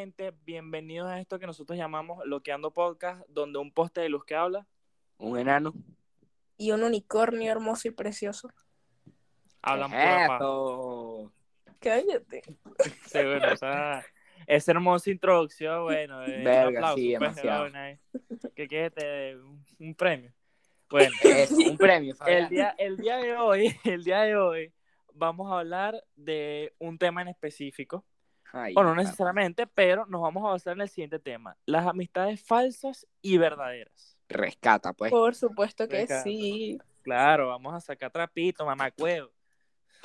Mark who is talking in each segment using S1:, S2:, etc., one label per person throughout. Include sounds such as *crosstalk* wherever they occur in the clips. S1: Gente, bienvenidos a esto que nosotros llamamos Loqueando Podcast, donde un poste de luz que habla,
S2: Un enano.
S3: y un unicornio hermoso y precioso.
S1: hablan pura paja.
S2: Eso.
S3: Cállate.
S1: Sí, bueno, o sea, esa hermosa introducción, bueno, eh, un
S2: Verga, sí,
S1: pues,
S2: demasiado.
S1: de una vez. que quede este, un, un premio. Bueno,
S2: Eso, *laughs* un premio,
S1: el
S2: Fabián.
S1: día, el día de hoy, *laughs* el día de hoy, vamos a hablar de un tema en específico,
S2: Ay, ah,
S1: o no necesariamente, pero nos vamos a basar en el siguiente tema, las amistades falsas y verdaderas.
S2: Rescata, pues.
S3: Por supuesto que
S1: Venga.
S3: sí.
S1: Claro, vamos a sacar trapito, mamacuevo.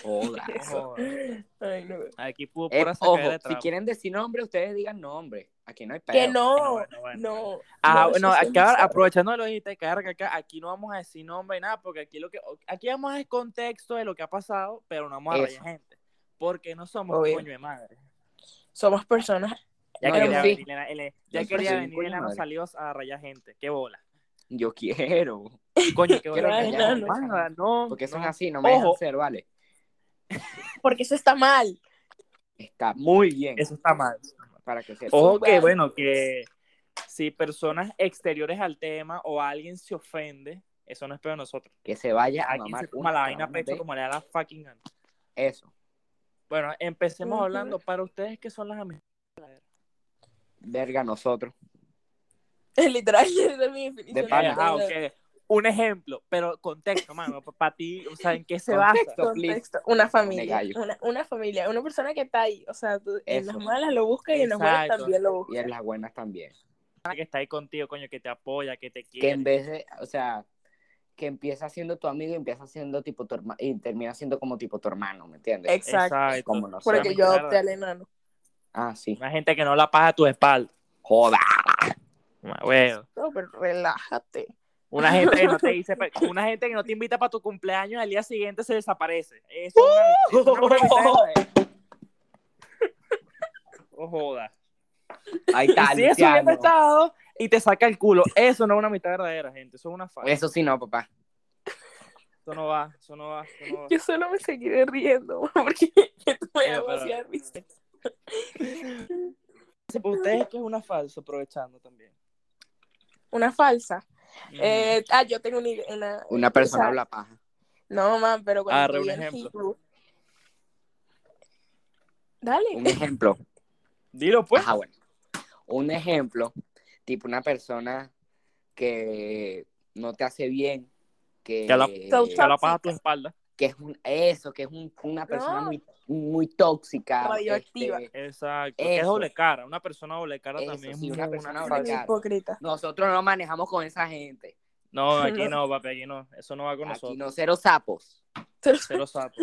S2: Joda.
S1: No
S3: Eso.
S1: jodas.
S3: *gasps* Ay, no.
S1: Aquí pudo
S2: Eh,
S1: pura
S2: ojo,
S1: sacar de
S2: si
S1: trapo.
S2: quieren decir nombre, ustedes digan nombre. Aquí no hay pedo.
S3: Que no,
S1: bueno, bueno, bueno.
S3: no.
S1: Ah,
S3: no,
S1: bueno,
S3: eso sí
S1: acá,
S3: es bizarro.
S1: aprovechando lo que dijiste de carga acá, aquí no vamos a decir nombre ni nada, porque aquí lo que aquí vamos a dar contexto de lo que ha pasado, pero no vamos a
S2: Eso.
S1: rayar gente. Porque no somos
S3: Obvio.
S1: coño de madre.
S3: Somos personas.
S1: Ya
S2: No,
S1: quería
S2: yo sí.
S1: venir, Elena- Elena- ya
S2: Yo
S1: quería
S2: soy un
S1: venir
S2: coño de
S1: Elena
S2: madre.
S1: salidos a rayar gente. Qué bola.
S2: Yo quiero. *laughs*
S1: Coño, qué bola.
S2: Quiero
S3: rayar a
S1: no,
S3: los
S1: mano, ah, no,
S2: Porque son
S1: no.
S2: así, no me dejan
S1: Ojo.
S2: ser, vale.
S3: Porque eso está mal. *laughs*
S2: Está muy bien.
S1: Eso está mal.
S2: Para que se
S1: Ojo
S3: Súper.
S1: que bueno, que si personas exteriores al tema o alguien se ofende, eso no es peor de nosotros.
S2: que se vaya a
S1: Aquí
S2: mamar.
S1: se toma la
S2: una
S1: vaina a
S2: cabrón
S1: pecho
S2: de-
S1: como le da la fucking gana.
S2: Eso.
S1: Bueno, empecemos
S3: Ujú.
S1: hablando. Para ustedes, ¿qué son las amistades?
S2: Verga, nosotros.
S3: Es literal, *laughs* esa es mi definición.
S2: De pana.
S1: Ah, ok. Un ejemplo, pero contexto, mano. Para ti, o sea, ¿en qué se basa?
S2: Contexto.
S3: Contexto, una
S2: Me
S3: familia,
S2: gallo.
S3: una, una familia, una persona que está ahí, o sea, tú en
S2: Eso.
S3: las malas lo buscas y en las buenas
S1: Exacto.
S3: también lo
S2: Y en
S3: buscas.
S2: las buenas también.
S1: Que está ahí contigo, coño, que te apoya, que te
S2: que
S1: quiere.
S2: en vez de, o sea, que empieza siendo tu amigo y empieza siendo tipo tu hermano y termina siendo como tipo tu hermano, ¿me entiendes?
S3: Exacto,
S2: Como no
S3: porque
S2: solamente-
S3: yo adopté al enano.
S2: Ah, sí.
S1: Una gente que no la paga a tu espalda.
S2: Joda.
S1: Ma- huevo.
S3: No, pero relájate.
S1: Una gente que no
S2: *laughs*
S1: te dice, pe- una gente que no te invita para tu cumpleaños, al día siguiente se desaparece. Eso
S2: ¡Uh!
S1: es una, una
S2: *laughs*
S3: *laughs*
S1: amistad. Oh, joda.
S2: Ahí
S1: *laughs*
S2: está,
S1: Y sigue subiendo
S2: Luciano.
S1: estado y te saca el culo. Eso no es una amistad verdadera, gente. Eso es una falta.
S2: Eso sí no, papá.
S1: Eso no va, eso no va, eso no va.
S3: Yo solo me seguiré riendo *laughs* porque tú me
S1: Eh,
S3: hago
S1: pero-
S3: así de risa.
S1: *laughs* Ustedes que es una falsa, aprovechando también.
S3: Una falsa. Eh, ah, yo tengo una. una-
S2: Una persona
S3: o sea,
S2: habla paja.
S3: No, mamá, pero cuando.
S1: Ah,
S3: tú
S1: re un
S3: vienes
S1: ejemplo.
S3: y tú- Dale.
S2: Un ejemplo.
S1: Dilo *laughs* pues.
S2: Ajá, Ah, bueno. Un ejemplo, tipo una persona que no te hace bien, que,
S1: Que la-
S3: Causa-
S1: Que la paja a tu espalda.
S2: que es un, eso, que es un- una persona
S3: No.
S2: muy, muy tóxica.
S3: Radioactiva.
S2: este,
S1: Exacto. Que es
S2: Eso.
S1: doble cara. Una persona doble cara
S2: Eso,
S1: también
S2: sí,
S1: es
S2: una
S1: muy-
S2: persona doble
S3: Eres
S1: falsa.
S2: cara.
S3: hipócrita.
S2: nosotros no manejamos con esa gente.
S1: No,
S3: *laughs*
S1: aquí no, papi, aquí no. Eso no va con
S2: Aquí
S1: nosotros.
S2: no cero sapos.
S1: Cero sapo.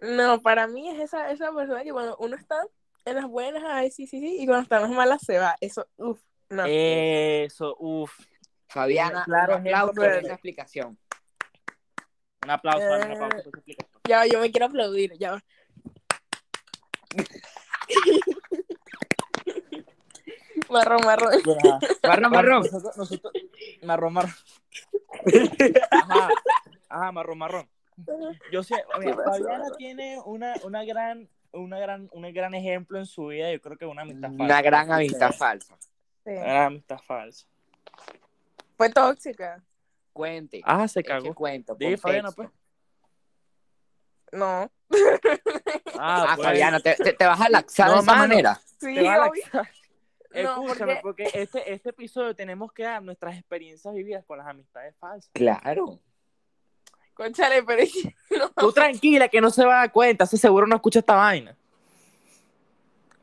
S3: No, para mí es esa, esa persona que cuando uno está en las buenas, ay, sí, sí, sí, y cuando está en las malas se va. Eso, uff, no.
S1: Eh. Eso, uff.
S2: Fabiana,
S1: Claro,
S2: un aplauso
S1: ejemplo
S2: por
S1: de-
S2: esa explicación.
S1: Un aplauso,
S3: Eh.
S1: un aplauso por tu explicación.
S3: Ya va, yo me quiero aplaudir, ya va. marrón, marrón.
S2: Marrón,
S1: Marrón,
S2: marrón.
S1: nosotros, nosotros- marrón,
S2: *laughs*
S1: marrón. Ajá, ajá, marrón, marrón. Yo
S3: *laughs*
S1: sé, mira,
S3: pasó,
S1: Fabiana
S3: marrón?
S1: tiene una, una gran, una gran, un gran ejemplo en su vida. Yo creo que es una amistad falsa.
S2: Una gran amistad falsa.
S3: Sí.
S1: Una gran amistad falsa.
S3: Fue tóxica.
S2: Cuente.
S1: Ah, se
S2: Es que
S1: cagó.
S2: cuento.
S1: Di, Fabiana,
S3: pues.
S2: contexto.
S3: No.
S1: *laughs* Ah,
S2: Ah,
S1: pues.
S2: Fabiana, te, te- te
S3: *laughs*
S2: vas a laxar
S1: No,
S2: de esa
S1: mano.
S2: manera.
S3: Sí,
S1: Te va a la-
S3: obvio. No,
S1: Escúchame, porque, este, este episodio tenemos que dar nuestras experiencias vividas con las amistades
S3: *laughs*
S1: falsas.
S2: Claro.
S1: pues.
S3: Conchale, pero es que-
S1: Tú tranquila, que no se va a dar cuenta, ese seguro no escucha esta vaina.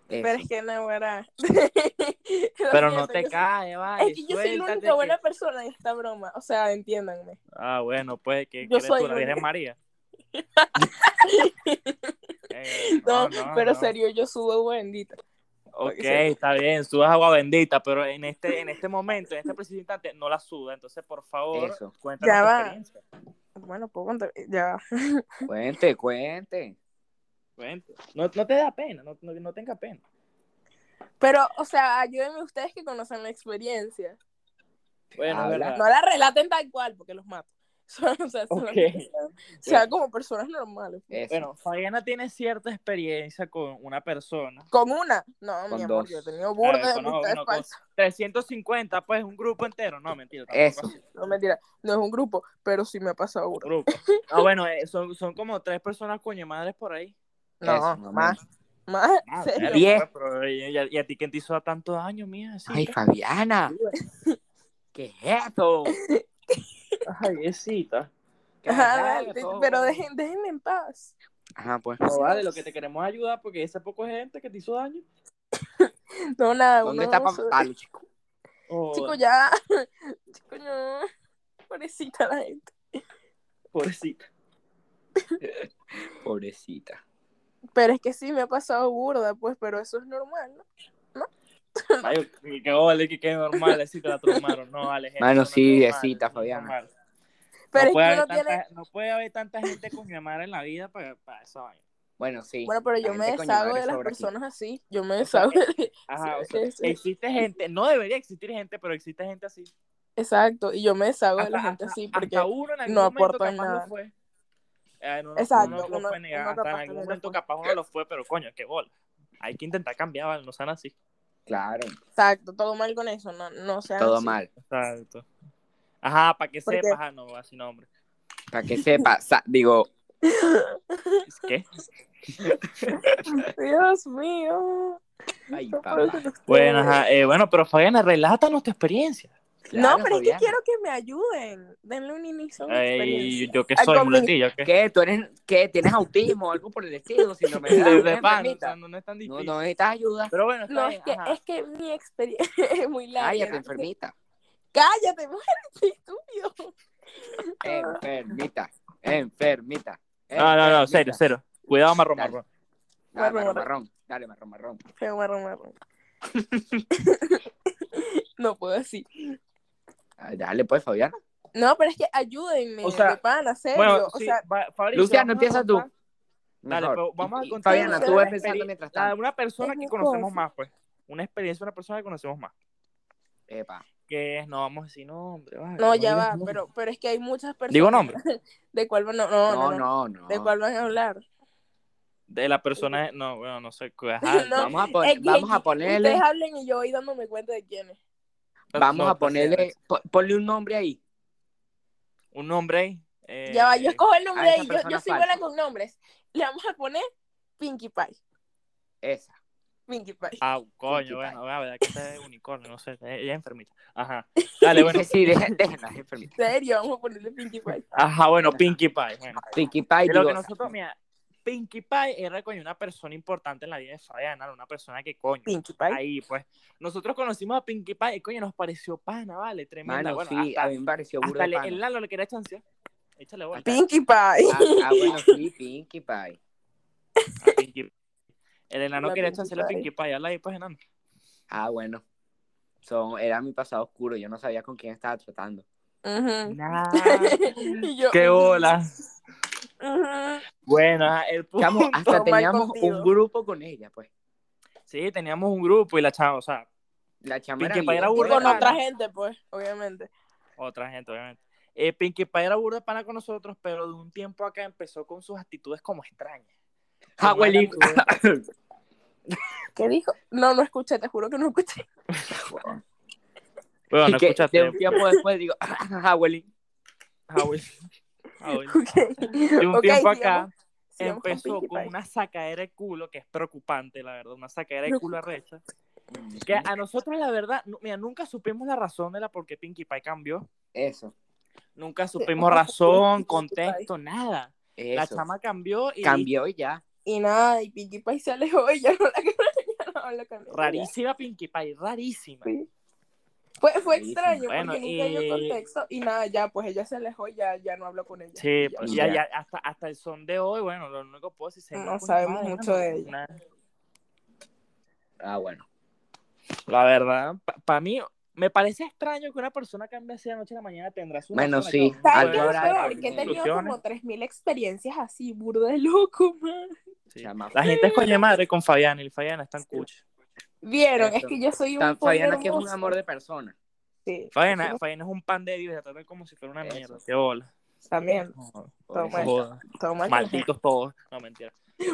S2: Eso.
S3: pero es que no, *laughs* era.
S1: Pero no te
S3: caes.
S1: caes, vale.
S3: Es que yo soy la
S1: suéltate
S3: única buena persona en esta broma. O sea, entiéndanme.
S1: Ah, bueno, pues, que
S3: Yo
S1: eres
S3: soy
S1: tú, la
S3: la
S1: Virgen
S3: única. *laughs*
S1: María. *laughs* Eh,
S3: No, pero
S1: no.
S3: serio, yo subo agua bendita.
S1: Ok,
S3: que
S1: está bien, subas agua bendita, pero en este, en este momento, en este preciso instante, no la suda. Entonces, por favor,
S2: Eso.
S1: cuéntanos
S3: Ya
S1: tu
S3: va.
S1: experiencia.
S3: Bueno, puedo contar. Ya. va.
S2: Cuente, cuente.
S1: Cuenta. No, no te da pena, no, no, no tenga pena.
S3: Pero, o sea, ayúdenme ustedes que conocen la experiencia.
S1: Bueno,
S2: Habla.
S1: verdad.
S3: No la relaten tal cual, porque los mato. *laughs* Son- o sea, son-
S1: Ah. Ok.
S3: o sea, como personas normales. pues.
S2: Eso.
S1: Bueno, Fabiana tiene cierta experiencia con una persona.
S3: Con una. No,
S2: Con
S3: mi amor,
S2: dos.
S3: yo he tenido
S1: A ver,
S3: burdas de
S1: con-
S3: amistades
S1: Ah, no, con
S3: falsas.
S1: 350, pues un grupo entero. No, mentira. tampoco
S2: Eso.
S1: así,
S3: No, mentira. No es un grupo, pero sí me ha pasado
S1: un
S3: burda.
S1: grupo. Ah, bueno, eh, son, son como tres personas coño madres por ahí.
S3: No,
S2: Eso, mamá.
S3: más. Más.
S1: Ah,
S3: *laughs* serio.
S1: pero,
S2: Diez.
S1: pero, ¿y, y a- y a ti quién te hizo tanto daño, mía? Sí,
S2: Ay, Fabiana. *laughs* ¿Qué es esto?
S1: Ay, Diosita.
S2: Que me
S3: Ajá,
S2: salga
S3: de-
S2: todo.
S3: pero dejen, déjenme en paz.
S2: Ajá, pues.
S1: No vale, lo que te queremos ayudar porque esa poca gente que te hizo daño.
S3: No, nada.
S2: ¿Dónde
S3: uno-
S2: está
S3: uno
S1: Ah,
S3: se-
S2: Pablo, chico?
S1: Oh,
S3: Chico, ya. *laughs* Chico, no. Pobrecita la gente.
S1: Pobrecita.
S2: Pobrecita.
S3: Pero es que sí me ha pasado burda, pues, pero eso es normal, ¿no?
S1: Ay, que- que vale, que qué normal, así te la tomaron. No, vale, gente.
S2: Mano,
S1: eso no
S2: sí,
S1: es normal,
S2: Diosita,
S1: eso no es
S2: Fabiana.
S1: normal.
S3: Pero
S1: no,
S3: es
S1: puede
S3: que
S1: haber
S3: uno
S1: tanta,
S3: tiene.
S1: no puede haber tanta gente con mi madre en la vida para, para esa vaina.
S2: Bueno, sí.
S3: Bueno, pero
S2: La
S3: yo me
S2: gente coño
S3: deshago
S2: madre
S3: de las
S2: sobra aquí.
S3: personas así. Yo me
S1: O sea, eh,
S3: deshago de.
S1: Ajá, o
S3: sí,
S1: sea,
S3: sí, sí.
S1: existe gente, no debería existir gente, pero existe gente así.
S3: Exacto. Y yo me deshago de la
S1: Hasta-
S3: gente
S1: hasta-
S3: así porque.
S1: hasta uno en algún
S3: no
S1: momento
S3: aportan
S1: capaz
S3: nada.
S1: lo fue. Eh, no, no,
S3: Exacto,
S1: uno no lo
S3: uno-
S1: puede negar,
S3: uno
S1: hasta en
S3: capaz
S1: algún
S3: también lo
S1: momento
S3: fue.
S1: capaz uno lo fue, pero coño, qué bola. Hay que intentar cambiar, ¿vale? no sean así.
S2: Claro,
S3: Exacto, todo mal con eso. No, no sean
S2: todo
S3: así.
S2: mal.
S1: Exacto. Ajá, para que
S3: Porque-
S1: sepas, ajá, no, así no, hombre.
S2: Para que sepa, sa- digo,
S1: ¿Qué?
S3: *laughs* Dios mío. *laughs*
S2: ay,
S3: No
S2: papá.
S3: puedo con ustedes.
S1: Ah, Bueno, ajá, eh, bueno, pero Fabiana, relátanos tu experiencia.
S2: Claro,
S3: no, pero es que
S2: Fabiana.
S3: quiero que me ayuden. Denle un inicio. a mi
S1: Ey,
S3: experiencia.
S1: yo que
S3: Ay,
S1: soy,
S3: con mi-
S1: muletillo,
S3: *laughs*
S1: ¿qué?
S2: ¿Qué? ¿Tú eres, qué? ¿Tienes autismo o algo por el estilo? Si
S3: *laughs*
S2: no me
S1: De,
S2: das,
S1: de
S2: no me
S1: pan, o
S2: permitas.
S1: sea, no, no es tan
S2: No,
S1: difícil.
S2: no necesitas ayuda.
S1: Pero bueno, está
S3: No,
S1: bien,
S3: es que,
S1: ajá.
S3: es que mi experiencia *laughs* es muy larga.
S2: Cállate,
S3: entonces-
S2: enfermita.
S3: Cállate, mujer, *laughs* estúpido.
S2: Enfermita. Enfermita.
S1: No, no, no,
S2: Enfermita.
S1: serio, cero. Cuidado, marrón,
S2: Dale.
S1: marrón.
S2: Dale, marrón,
S3: Marrón,
S2: marrón. Dale, marrón, marrón.
S3: Feo, marrón, marrón. *laughs* no puedo así.
S2: Ay, Dale, pues, Fabiana.
S3: No, pero es que ayúdenme,
S1: O sea,
S3: de pana, serio.
S1: Bueno,
S3: o
S1: sí,
S3: sea,
S1: va- Fabricio,
S2: Luciano,
S1: vamos a
S2: empieza tú.
S1: contar- Dale,
S2: Mejor.
S1: pero vamos a
S2: Y- y
S1: contar.
S2: Fabiana, tú
S1: una
S2: ves
S3: la
S2: pensando
S1: experi-
S2: mientras
S1: La de
S2: tanto.
S1: una persona
S3: Es
S1: que
S3: mi
S1: conocemos
S3: cosa.
S1: más, pues. Una experiencia de una persona que conocemos más.
S2: Epa.
S1: Que es, no vamos a decir nombre. vale,
S3: no, ya
S1: digas
S3: va,
S1: nombre.
S3: pero, pero es que hay muchas personas.
S1: Digo nombre.
S3: *laughs* ¿De cuál van a no, no,
S2: No,
S3: no,
S2: no, no.
S3: ¿De cuál van a hablar?
S1: De la
S3: *laughs*
S1: persona, no, bueno, no sé. cu- ajá,
S3: No,
S1: vamos,
S2: Vamos a, pon-
S3: X,
S2: vamos a
S3: X,
S2: ponerle,
S3: Eh, Ustedes hablen y yo voy dándome cuenta de quién es.
S2: vamos
S1: no,
S2: a ponerle,
S1: pues,
S2: po- ponle un nombre ahí.
S1: Un nombre ahí. eh,
S3: ya va, yo escojo el nombre
S2: a
S3: de
S2: esa
S3: ahí. Yo, yo
S2: persona
S3: soy buena
S2: falsa.
S3: con nombres. Le vamos a poner Pinkie Pie.
S2: Esa.
S3: Pinkie Pie.
S1: Ah,
S2: Pinkie
S1: coño,
S2: Pie.
S1: bueno, la verdad que ese es unicornio, no sé. eh, Ella es enfermita.
S2: *laughs*
S1: Ajá. Dale, bueno.
S2: Sí, sí, dejen, déjenla, enfermita.
S1: *laughs*
S3: Serio, vamos a ponerle Pinkie Pie.
S1: Ajá, bueno, Pinkie Pie. Bueno.
S2: Pinkie Pie,
S1: De lo que
S2: digo,
S1: nosotros, mira, Pinkie Pie era coño una persona importante en la vida de Fabiana, una persona que coño.
S3: Pinkie Pie.
S1: Ahí, pues. Nosotros conocimos a Pinkie Pie y, coño, nos pareció pana, ¿vale? Tremenda.
S2: Mano,
S1: bueno,
S2: sí,
S1: hasta,
S2: a mí me pareció
S1: hasta
S2: burda de
S1: le-
S2: pana.
S1: el Lalo le quería chancear. Échale bola.
S3: Pinkie Pie.
S2: Ah, ah, bueno, sí, Pinkie Pie.
S1: A Pinkie Pie. El enano
S3: La
S1: quería
S3: Pinkie
S1: chancearle a
S3: Pie.
S1: Pinkie Pie. Habla ahí, pues, enano.
S2: Ah, bueno. Son, era mi pasado oscuro, yo no sabía con quién estaba tratando.
S3: *laughs* Ujú.
S1: Nah.
S3: Ah, *laughs* Y yo,
S1: ¡Qué bola!
S3: ujú.
S1: Bueno, ajá, el punto.
S2: Chamo, hasta
S3: mal
S2: teníamos
S3: contigo.
S2: un grupo con ella, pues.
S1: Sí, teníamos un grupo y la chava, o sea,
S2: La chama
S1: Pinkie
S2: era
S1: Pie era
S2: líder,
S1: burda,
S2: tío,
S3: Con
S1: pana.
S2: *laughs*
S3: otra gente, pues, obviamente.
S1: otra gente, obviamente. Eh, Pinkie Pie era burda de pana con nosotros, pero de un tiempo acá empezó con sus actitudes como extrañas.
S2: Ah, abuelito. *laughs*
S3: ¿Qué dijo? No, no escuché, te juro que no escuché. *laughs*
S1: Bueno, no
S2: Y que
S1: escuchaste.
S2: de un tiempo después digo, *laughs* abuelito.
S1: Abuel-
S3: *laughs*
S1: Abuel-
S3: Ok.
S1: Ah, De un tiempo
S3: Ok, sigamos-
S1: acá
S3: sigamos con
S1: empezó
S3: Pinkie
S1: con,
S3: Pie.
S1: una sacadera de culo que es preocupante, la verdad, una sacadera de culo
S3: *laughs*
S1: arrecha. Que a nosotros, la verdad, nu- mira, nunca supimos la razón de la por qué Pinkie Pie cambió.
S2: Eso,
S1: Nunca supimos
S3: supimos
S1: razón,
S3: por qué Pinkie Pie.
S1: contexto, nada.
S2: eso.
S1: La chama cambió y
S2: cambió y ya.
S3: Y nada, y Pinkie Pie se alejó y ya no la *laughs* ya no hablo con ella.
S1: rarísima Pinkie Pie, rarísima.
S3: Sí. Fue, fue
S2: Rarísimo.
S3: extraño
S1: Bueno,
S3: porque nunca dio
S1: y-
S3: contexto y nada, ya, pues ella se alejó y ya, ya no hablo con ella.
S1: Sí,
S3: Y ya.
S1: pues
S2: Y
S1: ya,
S2: ya.
S1: ya, hasta, hasta el son de hoy, bueno, lo único que puedo decir es que
S3: No
S1: coño,
S3: sabemos
S1: madre,
S3: mucho
S1: no,
S3: de ella.
S1: nada.
S2: Ah, bueno.
S1: La verdad, para mí, me parece extraño que una persona cambie así de la noche a la mañana tendrá su
S2: Bueno,
S1: razón,
S2: sí.
S1: cabrón.
S3: ¿Sabes
S2: Algo
S3: qué es lo
S2: habrá-
S3: peor? Que he tenido
S1: Conclusiones.
S3: como 3.000 experiencias así, burda de loco, *laughs* man.
S1: Sí.
S2: Chama.
S1: La gente es coño de madre con Fabián y Fabián es tan cucho.
S3: Vieron,
S2: Eso.
S3: es que yo soy un
S2: Tan-
S3: pollo
S2: Fabiana que es un
S3: hermoso.
S2: amor de persona.
S3: Sí.
S1: Fabián, Fabián es un pan de Dios, se trata como si fuera una
S2: Eso.
S1: mierda. Qué bola.
S3: También. Toma
S1: Joder,
S3: esta. Toma. esta. *laughs*
S1: Malditos todos. No, mentira.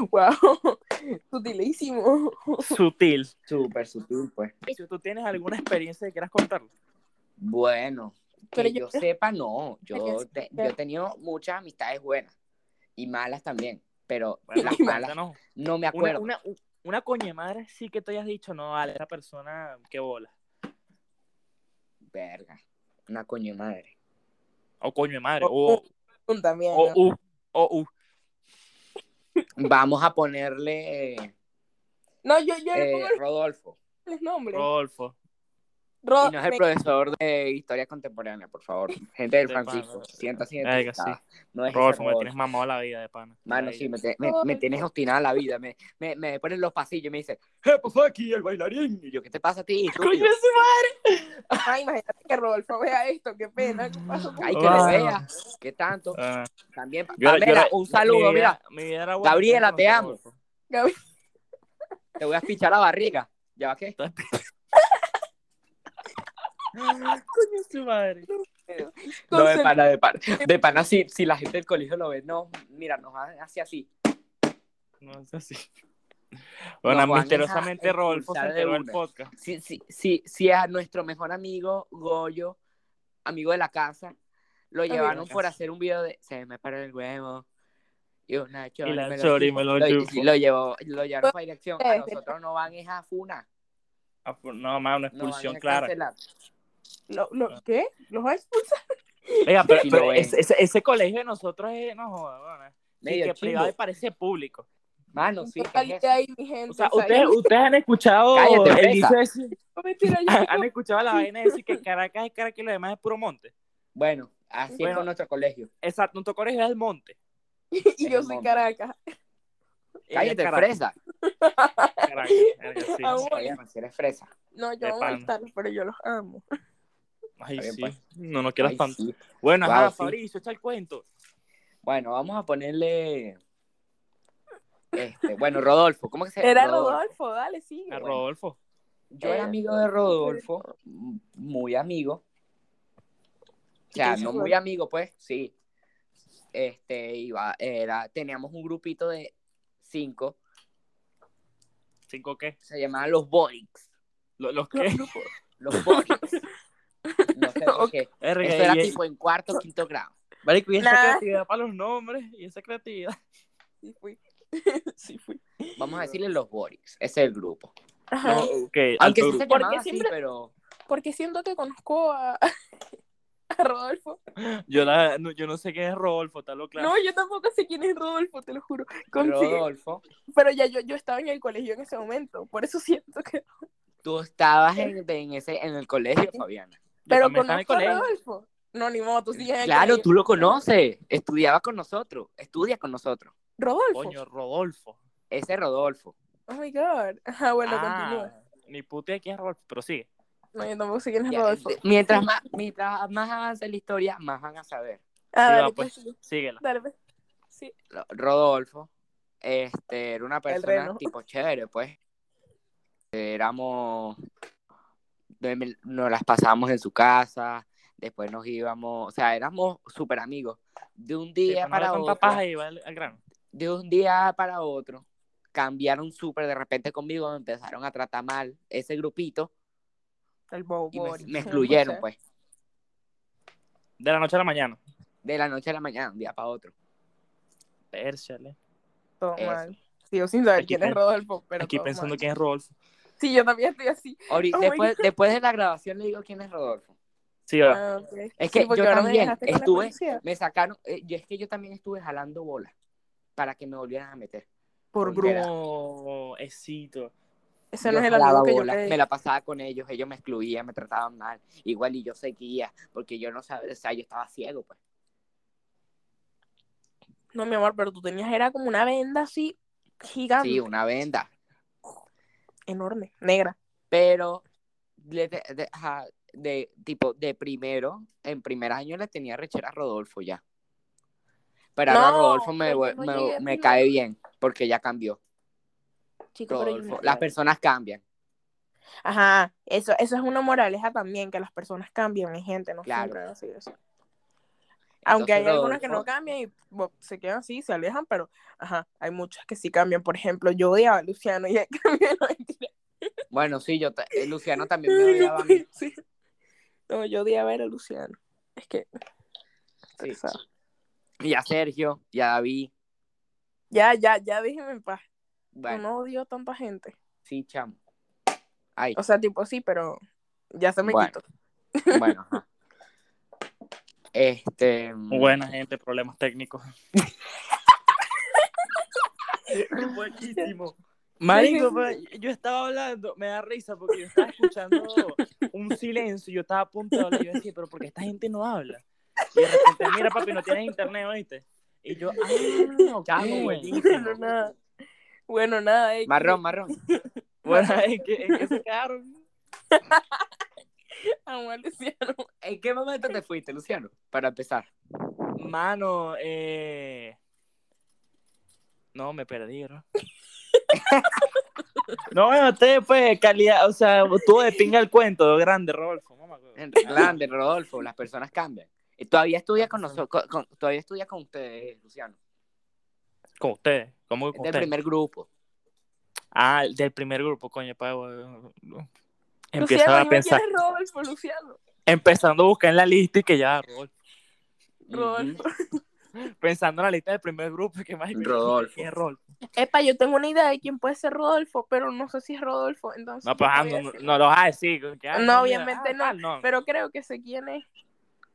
S3: Wow. Sutilísimo. *laughs*
S1: Sutil.
S2: Súper sutil, pues.
S1: Si tú tienes alguna experiencia que quieras contar.
S2: Bueno,
S3: Pero
S2: que
S3: yo-
S2: yo, sepa, no. Yo,
S3: Experiencia,
S2: te- yo
S3: pero-
S2: he tenido muchas amistades buenas y malas también, pero
S1: Bueno, *laughs*
S2: las malas
S1: cuéntanos.
S2: no me
S1: Una,
S2: acuerdo.
S1: una, una coña madre sí que te hayas dicho, no, vale, esa persona, qué bola.
S2: Verga, una coño de madre.
S1: O coño de madre. O,
S3: O- Un también.
S1: o, u, o, u.
S2: Vamos a ponerle eh,
S3: No, yo, yo
S1: eh,
S3: le pongo
S2: Rodolfo.
S3: los nombres.
S1: Rodolfo. Oh,
S3: Ro-
S2: Y no es el
S3: me-
S2: profesor de historia contemporánea, por favor. Gente del
S1: De
S2: Francisco,
S1: pana.
S2: siéntase
S1: Verga, sí.
S2: identificada. No es
S1: Rodolfo, me tienes mamado la vida de pana.
S2: Pues Mano,
S1: Ahí. Oh,
S2: sí, me, te- me- me tienes obstinada la vida. Me, me, me ponen los pasillos y me dicen, ¿qué pasó aquí el bailarín? Y yo, ¿qué te pasa a ti?
S3: Coño,
S2: estúpido?
S3: su madre. *laughs* Ay, imagínate que Rodolfo vea esto, qué pena. ¿Qué pasó con
S2: Ay, que
S1: Ah.
S2: lo vea. ¿Qué tanto?
S1: Ah.
S2: También,
S1: Yo era- yo
S2: Pamela,
S1: era-
S2: un saludo,
S1: mi vida-
S2: mira,
S1: mi vida era buena.
S2: Gabriela, te amo.
S3: Gaby?
S2: Te voy a pichar la barriga. ¿Ya va qué?
S1: Coño, su madre.
S2: No, de
S3: Entonces, em,
S2: pana, de pana. De pana, si, si la gente del colegio lo ve, no, mira, nos hace así.
S1: No es así. Bueno,
S2: Nos van a
S1: misteriosamente Rodolfo se
S2: expulsar de
S1: enteró del
S2: una.
S1: podcast.
S2: Si, si, si, si a nuestro mejor amigo, Goyo, amigo de la casa, lo
S3: Amigo de
S2: llevaron
S1: la
S2: por
S1: casa.
S2: hacer un video de se me paró el huevo. Y una chori
S1: la
S2: me lo
S1: chori
S2: chupo".
S1: me lo
S2: y
S1: chupo.
S2: sí, lo llevó, lo llevaron para dirección. A
S3: Eh,
S2: nosotros no van es a Funa.
S1: Ah, pues, No, más una
S2: No van
S1: expulsión
S2: es a
S1: clara.
S2: cancelar.
S3: no,
S1: Ah.
S3: no, ¿Qué? ¿Los va a expulsar?
S1: Oiga, pero,
S2: Sí,
S1: pero
S2: lo ven.
S1: ese, ese- ese colegio de nosotros es, no joda, bueno, sí,
S2: Medio
S1: que
S2: chimbo.
S1: privado y parece público.
S2: Mano, sí. ¿qué es
S3: Total,
S2: eso?
S3: ya ahí, mi gente.
S1: O sea,
S3: o sea,
S1: ustedes,
S3: yo-
S1: ustedes han escuchado
S2: Cállate,
S1: el
S2: pesa.
S1: dicho
S3: *laughs*
S1: ese-
S3: no, mentira, yo-
S1: *laughs* han escuchado la vaina de decir que Caracas es Caracas y lo demás es puro monte.
S2: Bueno, así es
S1: Bueno.
S2: con nuestro colegio.
S1: Exacto, nuestro colegio es el monte.
S3: *laughs* y yo soy Caracas.
S1: Y
S2: Cállate,
S1: es Caracas,
S2: fresa.
S1: Caracas, verga, sí.
S3: Aún-
S2: Oye, si eres fresa.
S3: No, yo
S1: De
S3: amo
S1: pana.
S3: a estarlos, pero yo los amo.
S1: Ay,
S2: Está bien,
S1: sí.
S2: pues.
S1: No nos quieras
S2: Ay,
S1: tanto.
S2: sí.
S1: Bueno,
S2: Wow,
S1: ajá,
S2: sí.
S1: Fabricio, echa el cuento.
S2: Bueno, vamos a ponerle. Este, bueno, Rodolfo, ¿cómo que se
S3: Era Rodolfo, dale, sí.
S1: Eh, A Rodolfo.
S2: Yo era
S3: Eh,
S2: amigo de Rodolfo, m- muy amigo. O sea,
S3: Sí,
S2: no
S3: sí,
S2: muy
S3: bueno.
S2: amigo, pues, sí. Este, iba, era, teníamos un grupito de cinco,
S1: ¿Cinco qué?
S2: se llamaban los Borix.
S1: ¿Lo- ¿Los qué? *laughs*
S2: Los
S3: *laughs*
S2: Borix. No sé por qué.
S1: Verga,
S2: Eso era
S1: y-
S2: tipo en cuarto, quinto grado.
S1: Marico, y esa
S3: Nah.
S1: E. creatividad para los nombres y esa
S2: *laughs*
S1: creatividad.
S3: Sí fui. sí fui.
S2: Vamos a decirle los Borix, ese es el grupo.
S3: Ajá.
S1: *laughs* ok,
S2: Aunque
S1: alto
S2: sí
S1: grupo.
S2: se
S3: Porque
S2: llamaba así,
S3: siempre-
S2: pero
S3: Porque siento que conozco a, *laughs* a Rodolfo.
S1: yo, la, no, yo no sé qué es Rodolfo, está lo claro.
S3: No, yo tampoco sé quién es Rodolfo, te lo juro. Consigue-
S2: Rodolfo,
S3: Pero ya yo, yo estaba en el colegio en ese momento, por eso *laughs* siento que...
S2: tú estabas en, en ese, en el colegio, Fabiana.
S1: Yo
S3: Pero
S1: también estaba en el
S3: conozco a
S1: colegio.
S3: Rodolfo. No, ni modo, tú sigues en el
S2: Claro,
S3: colegio.
S2: tú lo conoces, estudiaba con nosotros, estudia con nosotros.
S3: Rodolfo.
S1: Coño, Rodolfo.
S2: Ese Rodolfo.
S3: Oh my God. *laughs* Ajá, bueno, continúa.
S1: Ah, ni puta idea quién es Rodolfo, pero sigue.
S3: No, yo tampoco sé quién es
S2: Ya,
S3: Rodolfo.
S2: este, mientras, más, mientras más avance la historia, más van a saber.
S1: Sí,
S3: Ah,
S1: va,
S3: dale,
S1: pues.
S3: pues, sí,
S1: Síguela.
S3: dale, pues. Sí.
S2: Lo- Rodolfo este, era una persona
S3: reno.
S2: tipo chévere, pues. Éramos. de- Nos las pasábamos en su casa, después nos íbamos. O sea, éramos súper amigos. De un
S1: Sí,
S2: día
S1: para
S2: para
S1: no
S2: otro.
S1: tanta paja y va al, al grano.
S2: De un día para otro. Cambiaron súper de repente conmigo, me empezaron a tratar mal ese grupito
S3: El Bobo
S2: y me,
S3: Boris. *laughs*
S2: me excluyeron, pues,
S1: De la noche a la mañana.
S2: de la noche a la mañana, de un día para otro.
S1: Pérchale.
S3: Todo
S2: Eso.
S3: mal. Sigo sin saber
S1: Aquí
S3: quién
S1: pen-
S3: es Rodolfo, pero
S1: Aquí
S3: todo
S1: pensando
S3: mal.
S1: quién es Rodolfo.
S3: Sí, yo también estoy así.
S2: Ahorita-
S3: Oh my *laughs*
S2: después, después de la grabación le digo quién es Rodolfo.
S1: Sí, va.
S3: Ah, ok.
S2: Es que
S3: porque
S2: yo
S3: ahora me
S2: también
S3: dejaste con la
S2: estuve-
S3: policía.
S2: Me sacaron, eh, yo es que yo también estuve jalando bola para que me volvieran a meter.
S3: Por
S2: Porque
S3: Bruno.
S2: era-
S1: No, Esito.
S3: Ese
S2: yo
S3: no es el
S2: jalaba
S3: amigo que yo
S2: bola,
S3: creí.
S2: me la pasaba con ellos, ellos me excluían, me trataban mal, igual y yo seguía, porque yo no sabía, o sea, yo estaba ciego, pues.
S3: No, mi amor, pero tú tenías, era como una venda así, gigante,
S2: Sí, una venda.
S3: enorme, negra.
S2: Pero le de, de- ajá, de- tipo de primero, en primer año le tenía rechera a Rodolfo ya. Pero ahora
S3: No,
S2: Rodolfo me,
S3: pero
S2: vue-
S3: yo no
S2: me-
S3: llegué
S2: me
S3: primero.
S2: cae bien, porque ya cambió.
S3: Chico, pero yo
S2: Rodolfo.
S3: no-
S2: Las personas cambian,
S3: Ajá, eso, eso es una moraleja también, que las personas cambian, mi gente, no
S2: Claro.
S3: siempre va a ser eso. Aunque hay
S2: Entonces,
S3: algunas que no
S2: Rodolfo-
S3: cambian y bo, se quedan así, se alejan, pero ajá, hay muchas que sí cambian. Por ejemplo, yo odiaba a Luciano *laughs* y él cambió no, mentira.
S2: Bueno, sí, yo ta- eh,
S3: *laughs*
S2: Luciano también me
S3: Ay, no
S2: odiaba a mí.
S3: puede ser. No, yo odiaba a él, a Luciano. Es que.
S2: Sí.
S3: pesado.
S2: Y a Sergio, y a David.
S3: Ya, ya, ya déjenme en paz.
S2: Bueno,
S3: No odio a tanta gente.
S2: sí, chamo.
S3: *laughs*
S2: Ay,
S3: O sea, tipo sí, pero ya se me
S2: Bueno.
S3: quitó. *laughs*
S2: bueno, ajá. Este.
S1: Buena gente, problemas técnicos. Buenísimo. Marico, pero yo estaba hablando, me da risa porque yo estaba escuchando un silencio, yo estaba a punto de hablar, yo decía, pero ¿por qué esta gente no habla? Y de repente, mira papi, no tienes internet, ¿oíste? Y yo, ah, ok,
S2: Chamo,
S1: buenísimo.
S3: Bueno, nada. Bueno, nada. eh,
S2: Marrón, marrón.
S1: Bueno, es que, es que se quedaron.
S3: Amo a Luciano.
S2: ¿En qué momento te fuiste, Luciano? Para empezar.
S1: Mano, eh... No, me perdí, ¿no? *laughs* no, bueno, usted, pues, calidad, o sea, tuvo de pinga el cuento, grande, Rodolfo. no me acuerdo.
S2: En Grande, Rodolfo, las personas cambian. Y Todavía estudia con nosotros, con- con- todavía estudia con ustedes, Luciano.
S1: *laughs* Con ustedes, ¿cómo que
S2: Es
S1: con
S2: del
S1: ustedes?
S2: primer grupo.
S1: Ah, del primer grupo, coño, pa, bueno,
S3: Luciano,
S1: Empezaba a
S3: dime quién
S1: pensar,
S3: es Rodolfo, Luciano.
S1: empezando a buscar en la lista y que ya, Rodolfo.
S3: Rodolfo.
S1: Pensando en la lista del primer grupo, que más
S2: Rodolfo.
S1: ¿Quién es Rodolfo?
S3: Epa, yo tengo una idea de quién puede ser Rodolfo, pero no sé si es Rodolfo, entonces.
S1: No, pues, ah,
S3: no voy
S1: no,
S3: a
S1: no,
S3: decir.
S1: no lo vas a decir. que, ah,
S3: No,
S1: mira,
S3: obviamente
S1: ah,
S3: no,
S1: tal, no.
S3: Pero creo que sé quién es,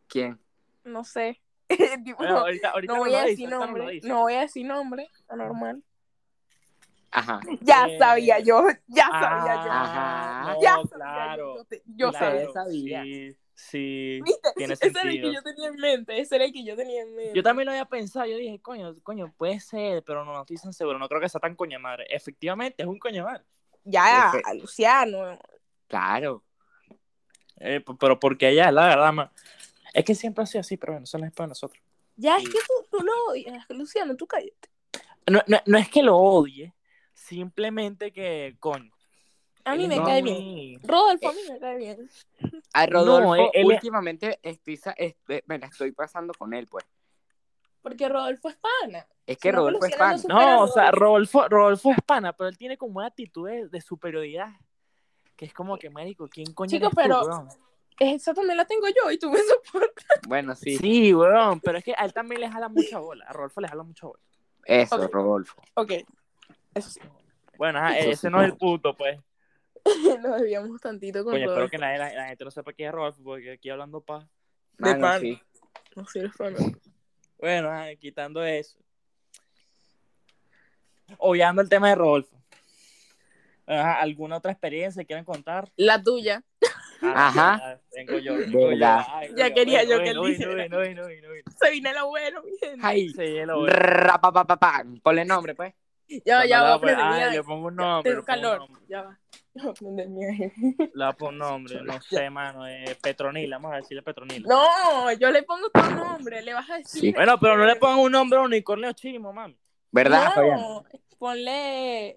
S2: ¿Quién?
S3: no sé. *laughs* Tipo,
S1: Bueno, ahorita, ahorita
S3: no
S1: no
S3: voy
S1: lo
S3: a
S1: dice,
S3: decir
S1: ahorita no lo
S3: nombre,
S1: dice.
S3: no voy a decir nombre,
S1: *laughs*
S3: anormal.
S2: Ajá.
S3: Ya
S1: Eh,
S3: sabía yo, ya sabía yo.
S1: Ah,
S2: Ajá.
S1: no,
S3: Ya sabía
S1: claro.
S3: yo. te- Yo
S2: Claro.
S3: sabía.
S2: sabía.
S1: Sí, sí.
S3: ¿Viste?
S1: Tiene
S3: Ese era el
S1: sentido.
S3: que yo tenía en mente, ese era el que yo tenía en mente.
S1: Yo también lo había pensado, yo dije, coño, coño, puede ser, pero no, no estoy tan seguro, no creo que sea tan coña madre. Efectivamente, es un coña madre.
S3: Ya,
S2: Ese-
S3: a Luciano.
S2: Claro.
S1: Eh, p- pero porque allá, la verdad, ma- es que siempre ha sido así, pero bueno, son las para nosotros.
S3: Ya,
S2: Sí.
S3: es que tú, tú lo odias, Luciano, tú cállate.
S1: No, no, no es que lo odie, simplemente que, coño.
S3: A mí
S1: él
S3: me
S1: es
S3: cae
S1: muy-
S3: bien. Rodolfo, a mí me cae bien.
S2: A
S1: No,
S2: Rodolfo,
S1: él- él-
S2: últimamente estoy, sa- este, me la estoy pasando con él, pues.
S3: Porque Rodolfo es pana.
S2: Es que
S3: No,
S2: Rodolfo es
S3: Luciano
S2: fan.
S3: no se-
S1: No, o sea, Rodolfo, Rodolfo es pana, pero él tiene como una actitud de, de superioridad. Que es como que, médico, ¿quién coño
S3: Chico,
S1: eres tú,
S3: pero-
S1: weón?
S3: Esa también la tengo yo y tú me soportas.
S2: Bueno, sí.
S1: Sí. weón, pero es que a él también le jala mucha bola. A Rodolfo le jala mucha bola.
S2: Eso,
S3: Ok.
S2: Rodolfo.
S3: Ok. Eso sí. *laughs*
S1: Bueno, ajá,
S2: Eso
S1: ese
S2: sí.
S1: no es el punto, pues.
S3: Nos debíamos tantito con
S1: Coño, espero
S3: Rodolfo.
S1: que la, la- la gente no sepa quién es Rodolfo, porque aquí hablando pa.
S3: De
S2: Mano,
S3: pan.
S2: sí.
S3: *laughs* No sirve para
S1: Bueno, ajá, quitando eso. Obviando el tema de Rodolfo. Ajá, ¿Alguna otra experiencia que quieran contar?
S3: La tuya.
S1: Ah,
S2: Ajá.
S1: ah, Vengo yo. vengo
S2: Verdad.
S1: yo, ay,
S3: Ya
S1: coño,
S3: quería yo
S1: bueno,
S3: que él
S1: bueno,
S3: dijera.
S1: bueno, bueno, bueno, bueno.
S3: Se vino el abuelo, mi gente.
S2: Ay.
S1: Sí, él
S2: eh.
S1: lo-
S2: Rapapapapam. Ponle nombre, pues.
S3: Ya, va, ya
S1: No,
S3: va,
S1: no, pues,
S3: aprende
S1: ah,
S3: mi
S1: le
S3: aire.
S1: pongo un
S3: Ya,
S1: nombre. le
S3: Tengo
S1: pongo un
S3: calor.
S1: nombre.
S3: Ya va. *laughs* Voy a prender mi aire.
S1: Le pongo un nombre. No sé, mano. eh, Petronila. Vamos a decirle Petronila.
S3: No, yo le pongo tu nombre. Le vas a decir.
S2: Sí.
S1: Bueno, pero no le pongan un nombre a un unicornio chimo, mami.
S2: ¿Verdad,
S3: no,
S2: Fabián?
S3: Ponle.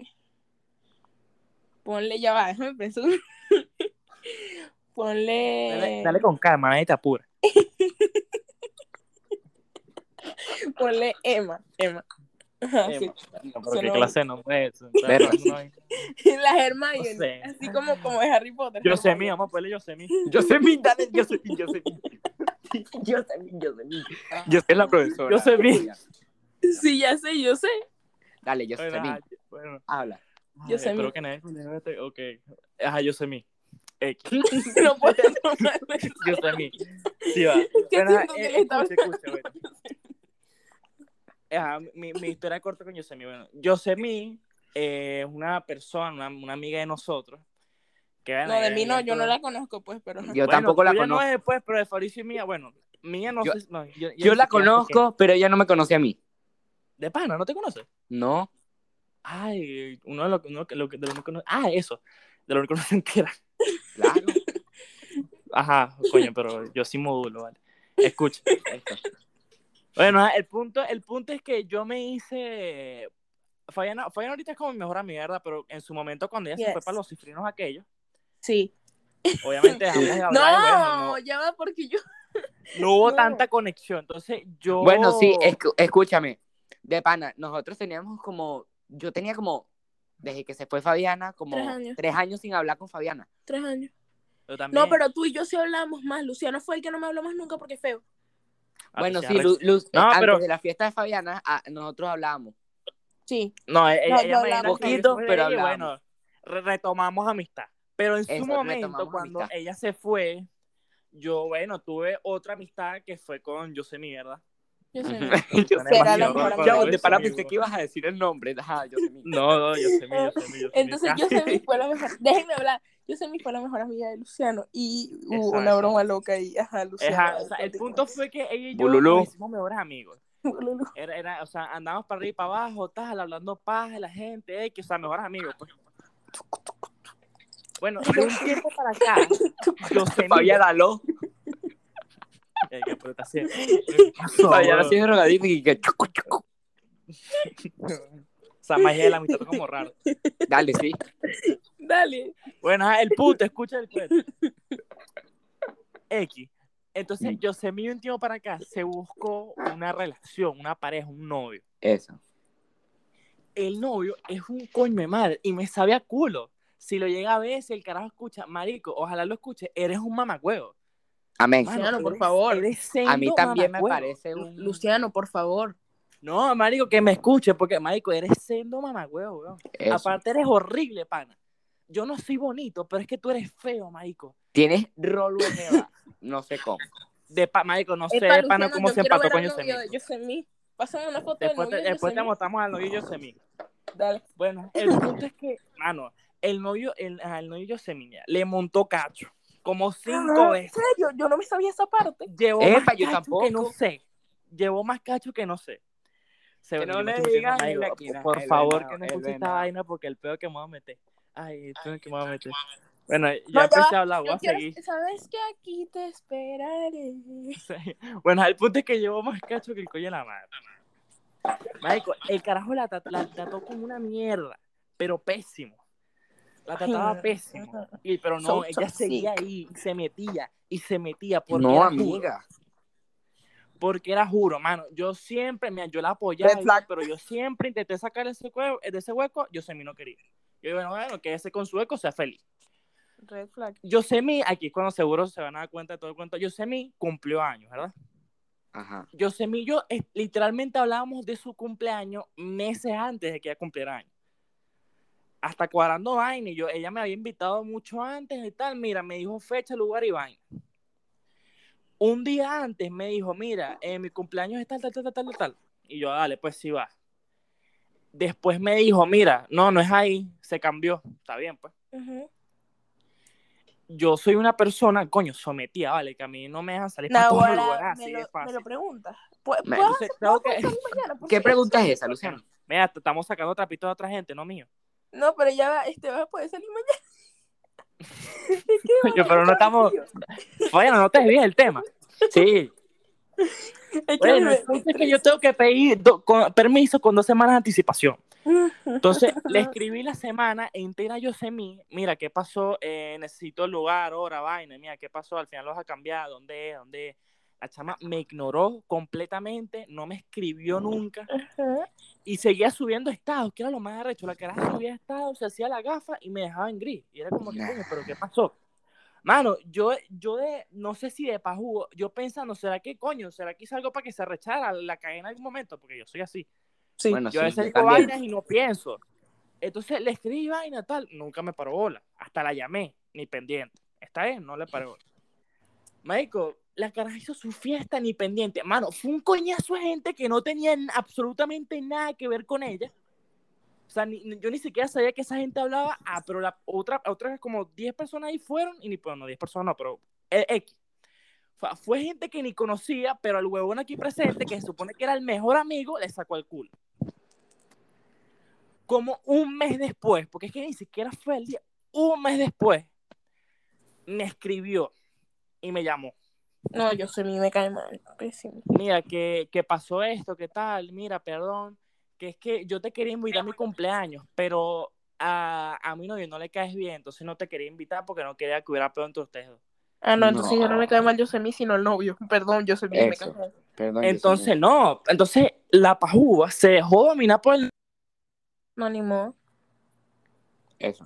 S3: Ponle, ya va, déjame pensar. *laughs* ponle.
S1: Dale, dale con calma, nadie te apura.
S3: Ponle Emma. Emma. Ajá,
S1: Eh,
S3: sí.
S1: no, pero
S3: Suena
S1: ¿Qué
S3: bonito.
S1: clase de nombre es eso?
S2: Verga.
S1: *laughs*
S3: *laughs* La Hermione.
S1: No sé.
S3: Así como, como de Harry Potter.
S1: Yo sé
S3: Hermione.
S1: mí, vamos a ponerle yo sé mí.
S2: Yo sé mi, dale, yo sé mi, yo sé mi. *laughs* Yo sé mi, yo sé mi. Yo sé la profesora.
S1: Yo sé mi.
S3: Sí, ya sé, yo sé. *laughs*
S2: Dale, yo sé
S1: Bueno,
S2: mi.
S1: ajá, bueno.
S2: Habla.
S1: Ay,
S3: Yo sé
S1: espero
S3: mí.
S1: que nadie me meta- Ok. Ajá, yo sé mí. *laughs* X.
S3: No puedo tomar.
S1: Yo sé mí. Sí, va.
S3: que
S1: Bueno,
S3: siento
S1: ajá,
S3: que
S1: eh,
S3: le está
S1: escucha, escucha, bueno. Ajá, mi, mi historia corta con Yosemí. Bueno, Yosemí eh, es una persona, una, una amiga de nosotros. Que, bueno,
S3: No, de
S1: ella-
S3: mí no,
S1: ella
S3: yo no
S1: toda-
S3: la conozco, pues, pero.
S2: Yo tampoco la
S1: tuya
S2: conozco.
S1: No es después, pero de Fabricio y mía, bueno, mía no
S2: Yo-
S1: sé. no, yo, yo ni
S2: Yo la
S1: siquiera sé quién.
S2: conozco, pero ella no me conoce a mí.
S1: De pana, ¿no te conoces?
S2: No.
S1: Ay, uno de los uno que- lo que- de lo que conoce. Ah, eso. De lo que *laughs* no se entera.
S2: Claro.
S1: Ajá, coño, pero yo sí modulo, vale. Escucha.
S2: Esto. *laughs*
S1: Bueno, ajá, el punto, el punto es que yo me hice. Fabiana, Fabiana ahorita es como mi mejor amiga, ¿verdad? Pero en su momento, cuando ella se
S3: Yes.
S1: fue para los cifrinos aquellos,
S3: Sí.
S2: *laughs*
S1: obviamente dejamos de hablar. y bueno,
S3: No, ya va porque yo.
S1: No hubo
S3: No.
S1: tanta conexión. Entonces yo.
S2: Bueno, sí, escu- escúchame. De pana, nosotros teníamos como. Yo tenía como. Desde que se fue Fabiana, como
S3: Tres años.
S2: tres años sin hablar con Fabiana.
S3: Tres años.
S1: Yo también.
S3: No, pero tú y yo sí hablamos más. Luciano fue el que no me habló más nunca porque es feo.
S1: Ah,
S2: bueno,
S1: pues,
S2: sí,
S1: ya,
S2: Luz, eh,
S1: No,
S2: antes
S1: pero-
S2: de la fiesta de Fabiana, ah, nosotros *laughs* hablábamos.
S3: Sí.
S1: No, eh,
S3: No,
S1: ella
S3: no
S1: me
S3: hablamos,
S1: dijo que
S2: poquito,
S1: fue,
S2: pero
S1: y
S2: hablamos.
S1: bueno, re- retomamos amistad. Pero en
S2: Eso,
S1: su momento,
S2: retomamos
S1: cuando
S2: amistad.
S1: ella se fue, yo, bueno, tuve otra amistad que fue con Yosemi, ¿verdad?
S3: Yo
S2: *laughs*
S3: sé.
S2: Será
S3: la mejor amiga.
S2: de pana pensé que ibas a decir el nombre. Ajá, yo también.
S1: No, no, Yosemi, Yosemi, Yosemi.
S3: *laughs* Entonces yo sé mi
S1: Casi.
S3: fue la mejor. Déjenme hablar. Yo sé mi fue la mejor amiga de Luciano y hubo una
S1: Exacto.
S3: broma loca ahí. Ajá, Luciano.
S1: *laughs* Ajá, o sea, el punto fue que ella y yo
S2: Bululú.
S1: nos hicimos mejores amigos. Era, era, o sea, andábamos para arriba y para abajo, tal, hablando paz de la gente, eh, que, o sea, mejores amigos. pues. Bueno, de un tiempo para
S3: *laughs*
S1: acá, Yosemi...
S2: *laughs* Fabiana, aló.
S1: Ey, ¿qué puta hacía?
S2: Fabiana sí es drogadicta y que. chucu, chucu.
S1: O sea, magia de la amistad como raro.
S2: Dale, sí.
S3: *laughs* Dale.
S1: Bueno, ajá, el puto, escucha el cuento. X. Entonces, yo sé, mi un tiempo para acá se buscó una relación, una pareja, un novio.
S2: Eso.
S1: El novio es un coño de madre y me sabe a culo. Si lo llega a ver, si el carajo escucha, marico, ojalá lo escuche, eres un mamagüevo.
S2: Amén.
S1: Mano,
S3: Luciano, por
S1: eres-
S3: favor.
S1: eres
S2: A mí
S1: sendo
S2: también me
S1: mamagüevo.
S2: parece un.
S3: Luciano, por favor.
S1: No, marico, que me escuche, porque, marico, eres sendo mamagüevo, weón.
S2: eso.
S1: Aparte eres horrible, pana. Yo no soy bonito, pero es que tú eres feo, marico.
S2: Tienes rolo de jeva. No sé cómo.
S1: De pa- marico, no sé,
S3: Epa,
S1: pana,
S3: Luciano,
S1: cómo
S3: yo
S1: se
S3: quiero
S1: empató
S3: ver
S1: con
S3: al novio
S1: Yosemite.
S3: de Yosemite. Pásame una foto del
S1: Después,
S3: novio
S1: te,
S3: de
S1: después te
S3: Yosemite.
S1: mostramos al novio y Yosemite.
S3: Dale. *laughs*
S1: Bueno, el punto es que, mano, el novio, el, ajá, el novio Yosemite le montó cacho. Como cinco
S3: Ah,
S1: veces.
S3: Yo, yo no me sabía esa parte.
S1: Llevó
S2: Epa,
S1: más
S2: yo
S1: cacho que no
S2: tampoco.
S1: sé. Llevó más cacho que no sé. Se
S2: Que
S1: yo
S2: no
S1: me
S2: le
S1: estoy metiendo,
S2: digas en
S1: marico,
S2: la esquina,
S1: Por
S2: el
S1: favor,
S2: venado,
S1: que no
S2: el
S1: escuche esta
S2: venado.
S1: vaina porque el pedo que me voy a meter. Ay, tú que me voy a meter. Bueno, ya
S3: No, ya
S1: empecé
S3: va,
S1: a hablar, voy
S3: Yo
S1: a
S3: quiero-
S1: seguir. *laughs*
S3: Sabes que aquí te esperaré.
S1: Sí. Bueno, el punto es que llevó más cacho que el coño de la madre. Marico, el carajo la, tra- la trató como una mierda, pero pésimo. La trataba
S3: no.
S1: pésimo. Y, pero no,
S3: So
S1: ella seguía ahí, y se metía, y se metía. Porque
S2: No,
S1: era
S2: amiga.
S1: Juro, porque era juro, mano. Yo siempre, mira, yo la apoyaba,
S3: Red flag.
S1: pero yo siempre intenté sacar ese huevo, de ese hueco, yo sé no quería. Yo digo, bueno, bueno, quédese con su hueco, sea feliz.
S3: *laughs* Red flag.
S1: Yo sé mi, aquí es cuando seguro se van a dar cuenta de todo el cuento, yo sé mi cumplió años, ¿verdad?
S2: Ajá.
S1: Yosemi y yo eh, literalmente hablábamos de su cumpleaños meses antes de que ella cumpliera años. Hasta cuadrando vaina y yo, ella me había invitado mucho antes y tal. Mira, me dijo fecha, lugar y vaina. Un día antes me dijo, mira, eh, mi cumpleaños es tal, tal, tal, tal, tal, tal. Y yo, dale, pues sí va. Después me dijo, mira, no, no es ahí, se cambió. Está bien, pues
S3: Ujú.
S1: yo soy una persona, coño, sometida, vale, que a mí no me dejan salir para todos los lugares
S3: Nahuara,
S1: así
S3: me
S1: de
S3: lo, me
S1: fácil.
S3: lo preguntas. Pues, ¿Puedo,
S2: Me-
S3: puedo
S1: Entonces, tengo que-
S3: salir mañana? por
S2: ¿Qué
S3: favor?
S2: pregunta es esa, Luciano?
S1: Mira, te estamos sacando trapitos de otra gente, no mío.
S3: No, pero ya va, este va a poder salir
S1: *laughs*
S3: mañana. Es que
S1: Coño,
S3: bueno,
S1: pero no estamos- Bueno, no te desvíes el tema. Sí.
S3: Es que
S1: Bueno,
S3: me-
S1: el punto es que yo tengo que pedir do- con- permiso con dos semanas de anticipación. Entonces, le escribí la semana entera yo sé mí, mira, ¿qué pasó? Eh, necesito el lugar, hora, vaina, mira, ¿qué pasó? Al final los ha cambiado, ¿dónde es? ¿Dónde es? La chama me ignoró completamente, no me escribió nunca
S3: Ajá.
S1: y seguía subiendo estados, que era lo más arrecho. La caraja subía estados, se hacía la gafa y me dejaba en gris. Y era como que,
S2: Nah.
S1: coño, ¿pero qué pasó? Mano, yo, yo de, no sé si de pajugo, yo pensando, ¿será que coño? ¿Será que hice algo para que se rechara la cadena en algún momento? Porque yo soy así.
S3: Sí.
S2: Bueno,
S1: yo a
S2: sí,
S1: veces
S2: yo
S1: digo
S2: también.
S1: vainas y no pienso. Entonces le escribí vaina tal, nunca me paró bola. Hasta la llamé, ni pendiente. Esta vez no le paró bola. Marico, la caraja hizo su fiesta ni pendiente. Mano, fue un coñazo de gente que no tenía n- absolutamente nada que ver con ella. O sea, ni- ni- yo ni siquiera sabía que esa gente hablaba. Ah, pero la otra, otras como 10 personas ahí fueron, y ni, bueno, 10 personas no, pero eh, X. Fue, fue gente que ni conocía, pero el huevón aquí presente, que se supone que era el mejor amigo, le sacó el culo como un mes después, porque es que ni siquiera fue el día, un mes después, me escribió y me llamó.
S3: No, yo soy mí, me cae mal. Pésimo.
S1: Mira, que, que pasó esto, qué tal, mira, perdón, que es que yo te quería invitar a mi cumpleaños, pero a, a mi novio no le caes bien, entonces no te quería invitar porque no quería que hubiera pedo entre ustedes dos.
S3: Ah, no, entonces
S2: No.
S3: ya no me cae mal Yosemite, sino el novio. Perdón, Yosemite me cae
S2: Eso.
S3: mal.
S2: Perdón, yo
S1: Entonces,
S2: soy-
S1: no. Entonces, la pajúa se dejó dominar por el. *laughs*
S3: No, ni modo. *laughs*
S2: Eso.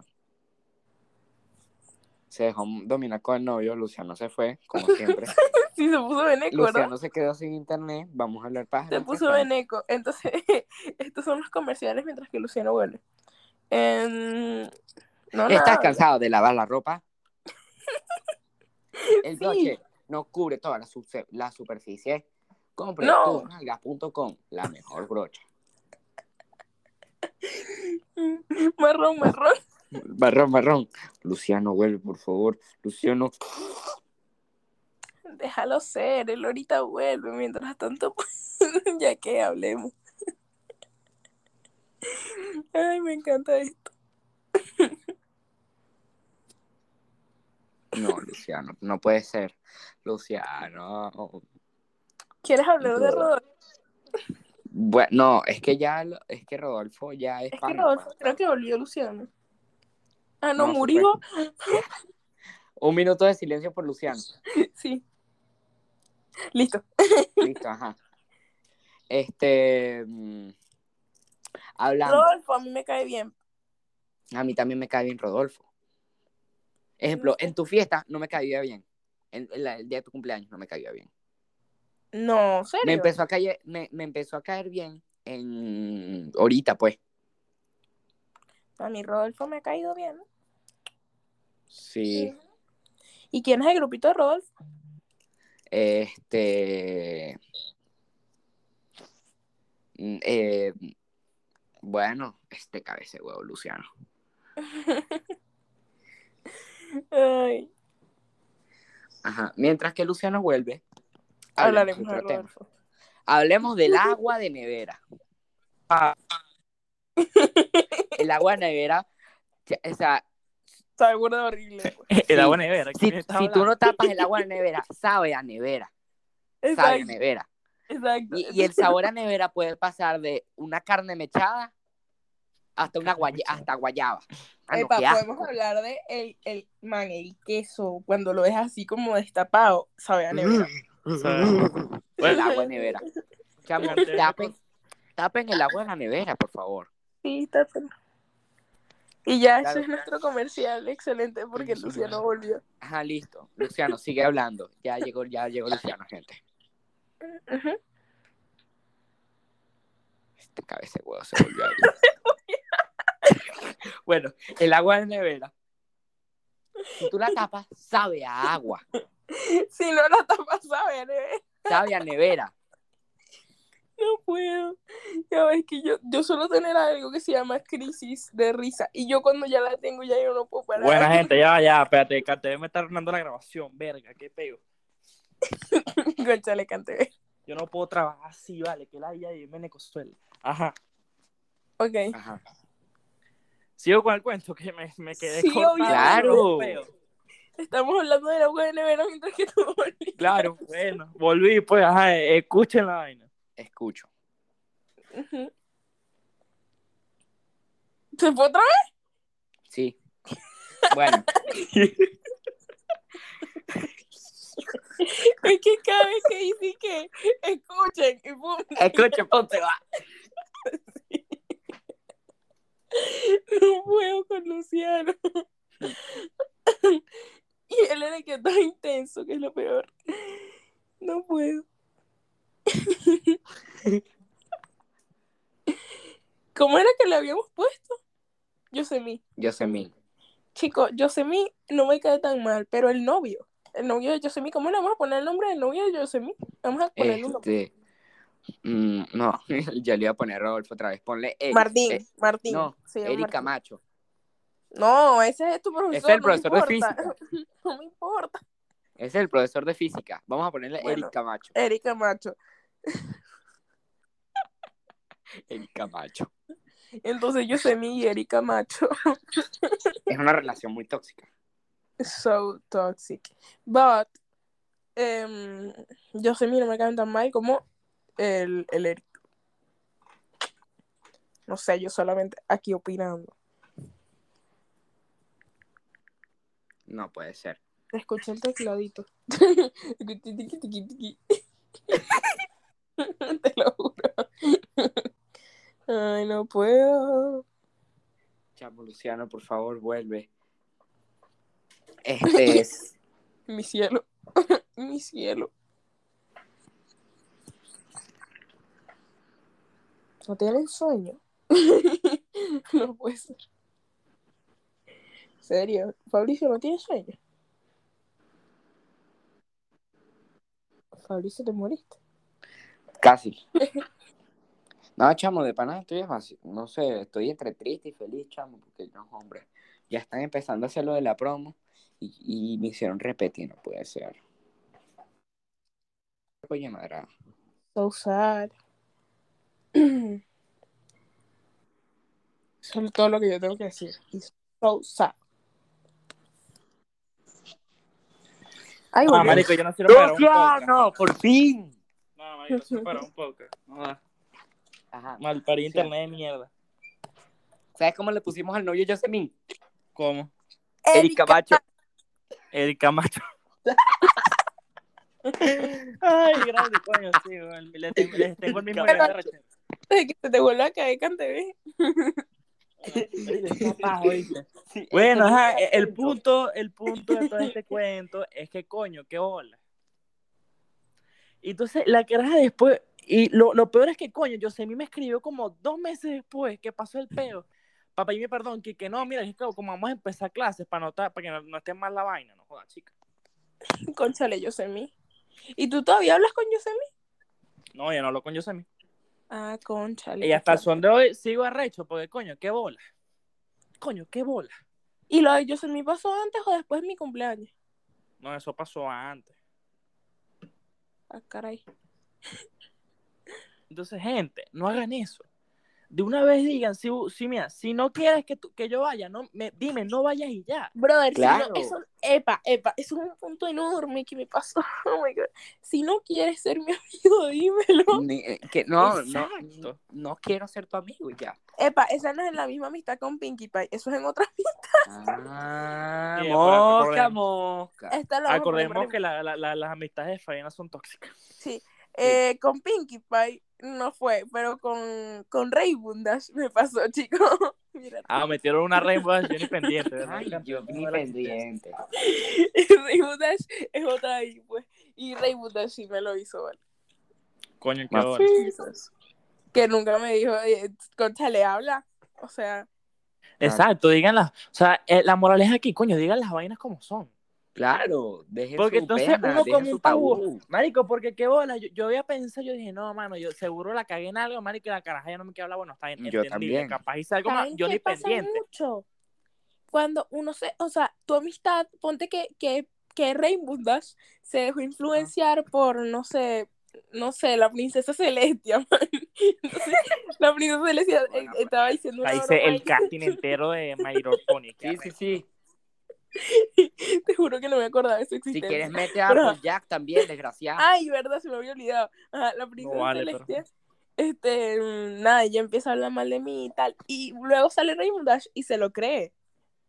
S2: Se dejó dominar con el novio, Luciano se fue,
S3: *laughs*
S2: como siempre.
S3: Sí, se puso veneco, ¿verdad?
S2: Luciano se quedó sin internet, vamos a hablar paja.
S3: Se
S2: mientras
S3: puso
S2: tanto.
S3: veneco. Entonces, *laughs* estos son los comerciales mientras que Luciano vuelve. Em, no,
S2: ¿Estás
S3: nada.
S2: cansado de lavar la
S3: *laughs*
S2: ropa? El
S3: Sí.
S2: broche no cubre toda la, subse- la superficie. Compre
S3: No.
S2: tunalga.com, la mejor brocha.
S3: *laughs* Marrón, marrón.
S2: Barrón, barrón. Luciano, vuelve, por favor. Luciano.
S3: Déjalo ser, él ahorita vuelve. Mientras tanto, *laughs* ya que hablemos. *laughs* Ay, me encanta esto.
S2: No, Luciano, no puede ser. Luciano.
S3: ¿Quieres hablar de Rodolfo?
S2: Bueno, no, es que ya, lo- es que Rodolfo ya es,
S3: Es que
S2: pana,
S3: Rodolfo
S2: pana.
S3: creo que volvió Luciano. Ah, no,
S2: No, se
S3: murió.
S2: Un minuto de silencio por Luciano.
S3: Sí. Listo.
S2: Listo, ajá. Este. mm, Hablando.
S3: Rodolfo a mí me cae bien.
S2: A mí también me cae bien Rodolfo. Ejemplo, en tu fiesta no me caía bien. En, en la- el día de tu cumpleaños no me caía bien.
S3: No, serio.
S2: Me empezó a caer, me, me empezó a caer bien en ahorita, pues.
S3: A mí Rodolfo me ha caído bien.
S2: Sí.
S3: ¿Y quién es el grupito de Rodolfo?
S2: Este. mm, eh, bueno, este cabeza de huevo, Luciano.
S3: Ay,
S2: Ajá. Mientras que Luciano vuelve, hablemos de
S3: hablaremos de
S2: otro tema.
S3: Rodolfo.
S2: Hablemos del agua de nevera. El agua de nevera, o sea,
S3: Sabe burda de horrible.
S2: *laughs*
S3: pues.
S1: El
S2: Sí.
S1: agua nevera.
S2: si,
S1: ¿quién está
S2: si tú
S1: hablando? *laughs*
S2: no tapas el agua de nevera, sabe a nevera, sabe a
S3: Exacto,
S2: nevera.
S3: exacto.
S2: eh.
S3: *laughs*
S2: Y, y el sabor a nevera puede pasar de una carne mechada hasta una guaya- hasta guayaba. Ah, no,
S3: Epa,
S2: qué
S3: podemos
S2: asco.
S3: hablar de el, el man, el queso, cuando lo dejas así como destapado, sabe a nevera.
S2: Mm. El *laughs* agua de
S3: *laughs*
S2: nevera. Chamo,
S1: Cartera
S2: tapen, tapen el agua de la nevera, por favor.
S3: Sí, está- Y ya,
S2: Claro.
S3: ese es nuestro comercial, excelente, porque
S2: Sí, bueno.
S3: Luciano volvió.
S2: Ajá, listo. Luciano, sigue hablando. Ya llegó, ya llegó Luciano, gente.
S3: Ujú. *laughs*
S2: Este cabeza de huevo se volvió a abrir. Bueno, el agua de nevera. Si tú la tapas, sabe a agua,
S3: Si no la tapas, sabe a eh. nevera.
S2: sabe a nevera.
S3: No puedo. Ya ves que yo, yo suelo tener algo que se llama crisis de risa. Y yo cuando ya la tengo, ya yo no puedo parar. *laughs*
S1: Buena gente, ya, ya, espérate, que te me está arruinando la grabación, verga, qué peo.
S3: Cónchale, Cante.
S1: Yo no puedo trabajar así, vale, que la vida de Meneco suele. Ajá.
S3: Ok.
S2: Ajá.
S1: Sigo con el cuento que me, me quedé
S3: Sí,
S1: cortado,
S3: obvio.
S2: Claro.
S1: peo.
S3: Estamos hablando del agua de nevera mientras que tú volvías.
S2: Claro,
S1: Bueno, volví, pues, ajá, eh, escuchen la vaina.
S2: escucho.
S3: Ujú. ¿Se fue otra vez?
S2: Sí.
S3: *laughs*
S2: Bueno,
S3: Es que cada vez que dice que escuchen y pum.
S2: escucho, ponte va.
S3: No puedo con Luciano. *laughs* Y él era el que está intenso, que es lo peor. No puedo. *laughs* ¿Cómo era que le habíamos puesto? Yosemí.
S2: Yosemí.
S3: Chico, Yosemí no me cae tan mal, pero el novio. El novio de Yosemí, ¿cómo le vamos a poner el nombre del novio de Yosemí? Vamos a ponerle un nombre.
S2: Este. mm, no, *laughs* ya le iba a poner Rodolfo otra vez. Ponle Eric.
S3: Martín,
S2: Eh,
S3: Martín.
S2: no,
S3: Se llama
S2: Eric
S3: Martín.
S2: Camacho.
S3: *laughs* No, ese es tu profesor.
S2: Es el
S3: no me
S2: profesor de
S3: importa.
S2: física.
S3: *laughs* No me importa.
S2: Es el profesor de física. Vamos a ponerle
S3: Bueno.
S2: Eric Camacho.
S3: Erika Macho.
S2: Eric Camacho.
S3: Entonces Yosemí y Erika Macho. *laughs*
S2: Es una relación muy tóxica.
S3: So toxic. But em, Yosemí no me caen tan mal como el, el Eric. No sé, yo solamente aquí opinando.
S2: No puede ser.
S3: te escuché el tecladito. *laughs* te lo juro. Ay, no puedo.
S2: Chamo, Luciano, por favor,
S3: *laughs*
S2: vuelve. Este es.
S3: Mi cielo. *laughs* Mi cielo. ¿No tienen *laughs* sueño? no puede ser. Serio, Fabricio no tiene sueño. Fabricio, te moriste.
S2: Casi. *laughs* No, chamo, de pana estoy así. No sé, estoy entre triste y feliz, chamo, porque no, hombre. Ya están empezando a hacer lo de la promo y, y me hicieron repetir, no puede ser. Oye, madre.
S3: So *clears throat* sad. Eso es todo lo que yo tengo que decir. It's so sad. Ay,
S1: Ah,
S3: bueno.
S1: marico, yo no sirvo para un podcast.
S2: no, por fin.
S1: No, marico, yo sirvo para un podcast. No da.
S2: Ajá.
S1: Mal para
S2: Sí.
S1: internet de mierda.
S2: ¿Sabes cómo le pusimos al novio Josemin?
S1: ¿Cómo?
S2: Eric Camacho.
S1: El Camacho. Ay, grande, coño, sí, weón. Le tengo, les tengo el mismo nivel de respeto.
S3: Antes de que se te vuelva a caer, Cantebé.
S2: Sí,
S1: Bueno,
S2: este-
S1: ajá, e, el punto, el punto de todo este cuento es que coño, qué bola. Y entonces la caraja después, y lo, lo peor es que coño, Yosemí me escribió como dos meses después que pasó el peo. Papá, y me perdón, que, que no, mira, es que como vamos a empezar clases para notar, para que no, no esté mal la vaina, no jodas, chica.
S3: Conchale, Yosemí. ¿Y tú todavía hablas con Yosemí?
S1: No, ya no hablo con Yosemí.
S3: Ah, conchale.
S1: Y hasta el son de hoy sigo arrecho, porque coño, qué bola. Coño, qué bola.
S3: ¿Y lo de Yosemí pasó antes o después de mi cumpleaños?
S1: No, eso pasó antes.
S3: Ah, caray.
S1: Entonces, gente, no hagan eso. De una vez digan, si, si, mira, si no quieres que, tú- que yo vaya, no, me, dime, no vayas y ya.
S3: Brother,
S2: Claro.
S3: si no, eso, epa, epa, eso es un punto enorme que me pasó. *laughs* Oh my God. Si no quieres ser mi amigo, dímelo.
S2: Ni- eh, que no, no,
S1: Exacto.
S2: no quiero ser tu amigo y ya.
S3: Epa, esa no es la misma amistad con Pinkie Pie, eso es en otra *laughs*
S2: Ah,
S1: Sí,
S2: mosca,
S1: acordemos.
S2: mosca.
S3: Esta la vamos a
S1: Acordemos
S3: poner-
S1: Ah, que la- la- la- las amistades de Fabiana son tóxicas.
S3: Sí. Eh, con Pinkie Pie no fue, pero con, con Ray Bundash me pasó, *laughs* chico. Mira, *laughs*
S1: *laughs* Ah, metieron una rainbow yo ni pendiente. ¿verdad?
S2: Ay, yo ni pendiente.
S3: Ray Bundash es otra ahí, pues. Y Ray Bundash sí me lo hizo, ¿vale?
S1: Coño, qué
S2: Más-
S1: bola.
S3: Jesus. Que nunca me dijo, concha, le habla. O sea,
S1: Exacto, díganlas. O sea, eh, la moraleja aquí, coño, digan las vainas como son.
S2: Claro, deje
S1: Porque
S2: su
S1: entonces
S2: pena,
S1: uno
S2: deje
S1: como
S2: su
S1: un pavo. Marico, porque qué bola. Yo, yo había pensado, yo dije, no, mano, yo seguro la cagué en algo, marico, y la caraja ya no me quiere hablar. Bueno, está bien,
S2: Yo
S1: entendible,
S2: también.
S1: Capaz hice algo más,
S3: ¿saben
S1: yo
S3: qué
S1: ni
S3: pasa
S1: pendiente.
S3: mucho? Cuando uno se, o sea, tu amistad, ponte que, que, que Ray Bundash se dejó influenciar por, no sé, no sé, la princesa Celestia, *laughs* man. Entonces, la princesa Celestia eh,
S2: Bueno,
S3: estaba diciendo una
S1: pues, Ahí hice
S3: broma *laughs*
S1: el casting entero de My Little Pony.
S2: Sí, sí, sí.
S3: y- Te juro que no me acordaba de su
S2: Si
S3: existencia.
S2: quieres mete a Apple Jack también,
S1: Ah,
S2: desgraciado.
S3: Ay, verdad, se me había olvidado. Ajá, la princesa
S1: vale,
S3: Celestia. Este, mm, nada, ella empieza a hablar mal de mí y tal. Y luego sale Raymond Dash y se lo cree.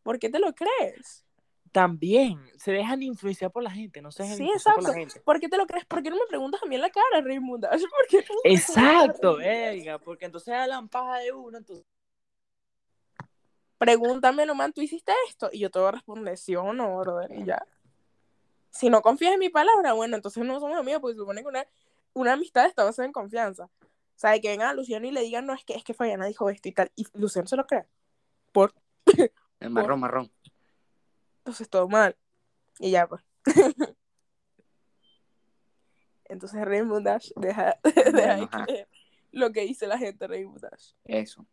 S3: ¿Por qué te lo crees?
S1: También se dejan influenciar por la gente, no se dejan
S3: Sí,
S1: influenciar por la
S3: exacto.
S1: gente.
S3: ¿Por qué te lo crees? ¿Por qué no me preguntas a mí en la cara, Raymond *laughs* Dash? ¿Por qué no me preguntas en la cara,
S1: Exacto,
S3: Raymond Dash?
S1: verga, porque entonces hablan paja de uno, entonces.
S3: Pregúntame nomás, ¿tú hiciste esto? Y yo te voy a responder sí o no, brother, y ya. Si no confías en mi palabra, bueno, entonces no somos amigos, porque se supone que una, una amistad está basada en confianza. O sea, de que vengan a Luciano y le digan, no, es que, es que Fabiana dijo esto y tal, y Luciano se lo cree.
S2: El Eh,
S1: pues,
S2: marrón, marrón.
S3: Entonces todo mal. Y ya, pues. *laughs* Entonces Rainbow Dash deja, *laughs* deja
S2: Bueno,
S3: de
S2: ajá.
S3: creer lo que dice la gente Rainbow Dash.
S1: eh,
S2: Eso.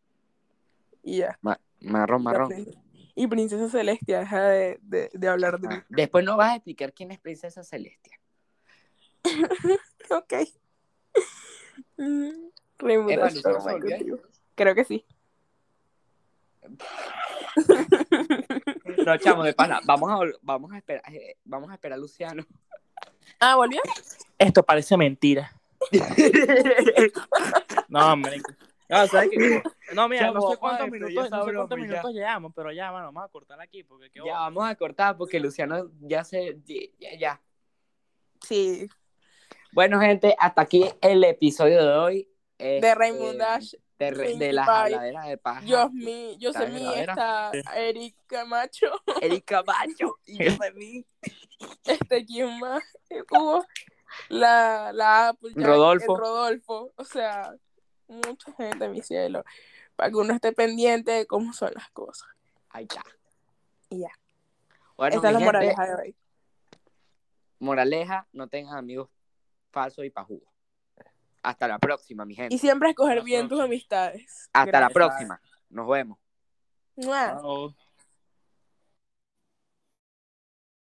S3: Y ya.
S2: Ma- marrón,
S3: Y la
S2: marrón. Ah.
S3: prin- Y Princesa Celestia deja de, de- de hablar de mí.
S2: Ah, Después nos vas a explicar quién es Princesa Celestia.
S3: *laughs* Ok. Mm, Rainbow
S2: Eva,
S3: Dash,
S2: Luciano
S3: todo mal
S2: se volvió
S3: contigo. Creo que sí.
S2: No, chamo, de pana. Vamos a, vol- vamos a esperar, eh, vamos a esperar
S1: *laughs*
S2: a Luciano.
S3: *laughs* Ah, ¿volvió?
S1: Esto
S2: *laughs*
S1: parece mentira. No, marico. No, ¿sabes qué? No, mira,
S2: Chamo,
S1: no sé cuántos
S2: ay, pero
S1: minutos,
S2: ya
S1: no sé
S2: sabrón,
S1: cuántos
S2: ya.
S1: minutos llevamos, pero ya, mano, vamos a cortar aquí porque qué
S2: Ya vamos a cortar porque Luciano ya se. Ya, ya.
S3: Sí,
S2: Bueno, gente, hasta aquí el episodio de hoy.
S3: de
S2: Este,
S3: Raymond Dash,
S2: De, re- de
S3: Twinkie
S2: las
S3: Pie.
S2: habladeras de paja.
S3: Yosmi, Yosemí,
S2: verdadera.
S3: está Eric Camacho,
S2: Erika Macho y yo de mí.
S3: este, ¿quién más? *laughs* Hugo, la, la Apple, Jack,
S2: Rodolfo.
S3: el Rodolfo, o sea, mucha gente, mi cielo, para que uno esté pendiente de cómo son las cosas.
S2: Ahí está.
S3: Y ya.
S2: Bueno,
S3: Esta
S2: mi
S3: es la
S2: gente,
S3: moraleja de hoy.
S2: moraleja, no tengas amigos falsos y pajudos. Hasta la próxima, mi gente.
S3: Y siempre escoger
S1: Hasta la
S3: bien tus
S1: próxima.
S3: amistades.
S2: Hasta la
S3: Gracias.
S2: próxima. Nos vemos.
S3: Mua.
S1: bobo.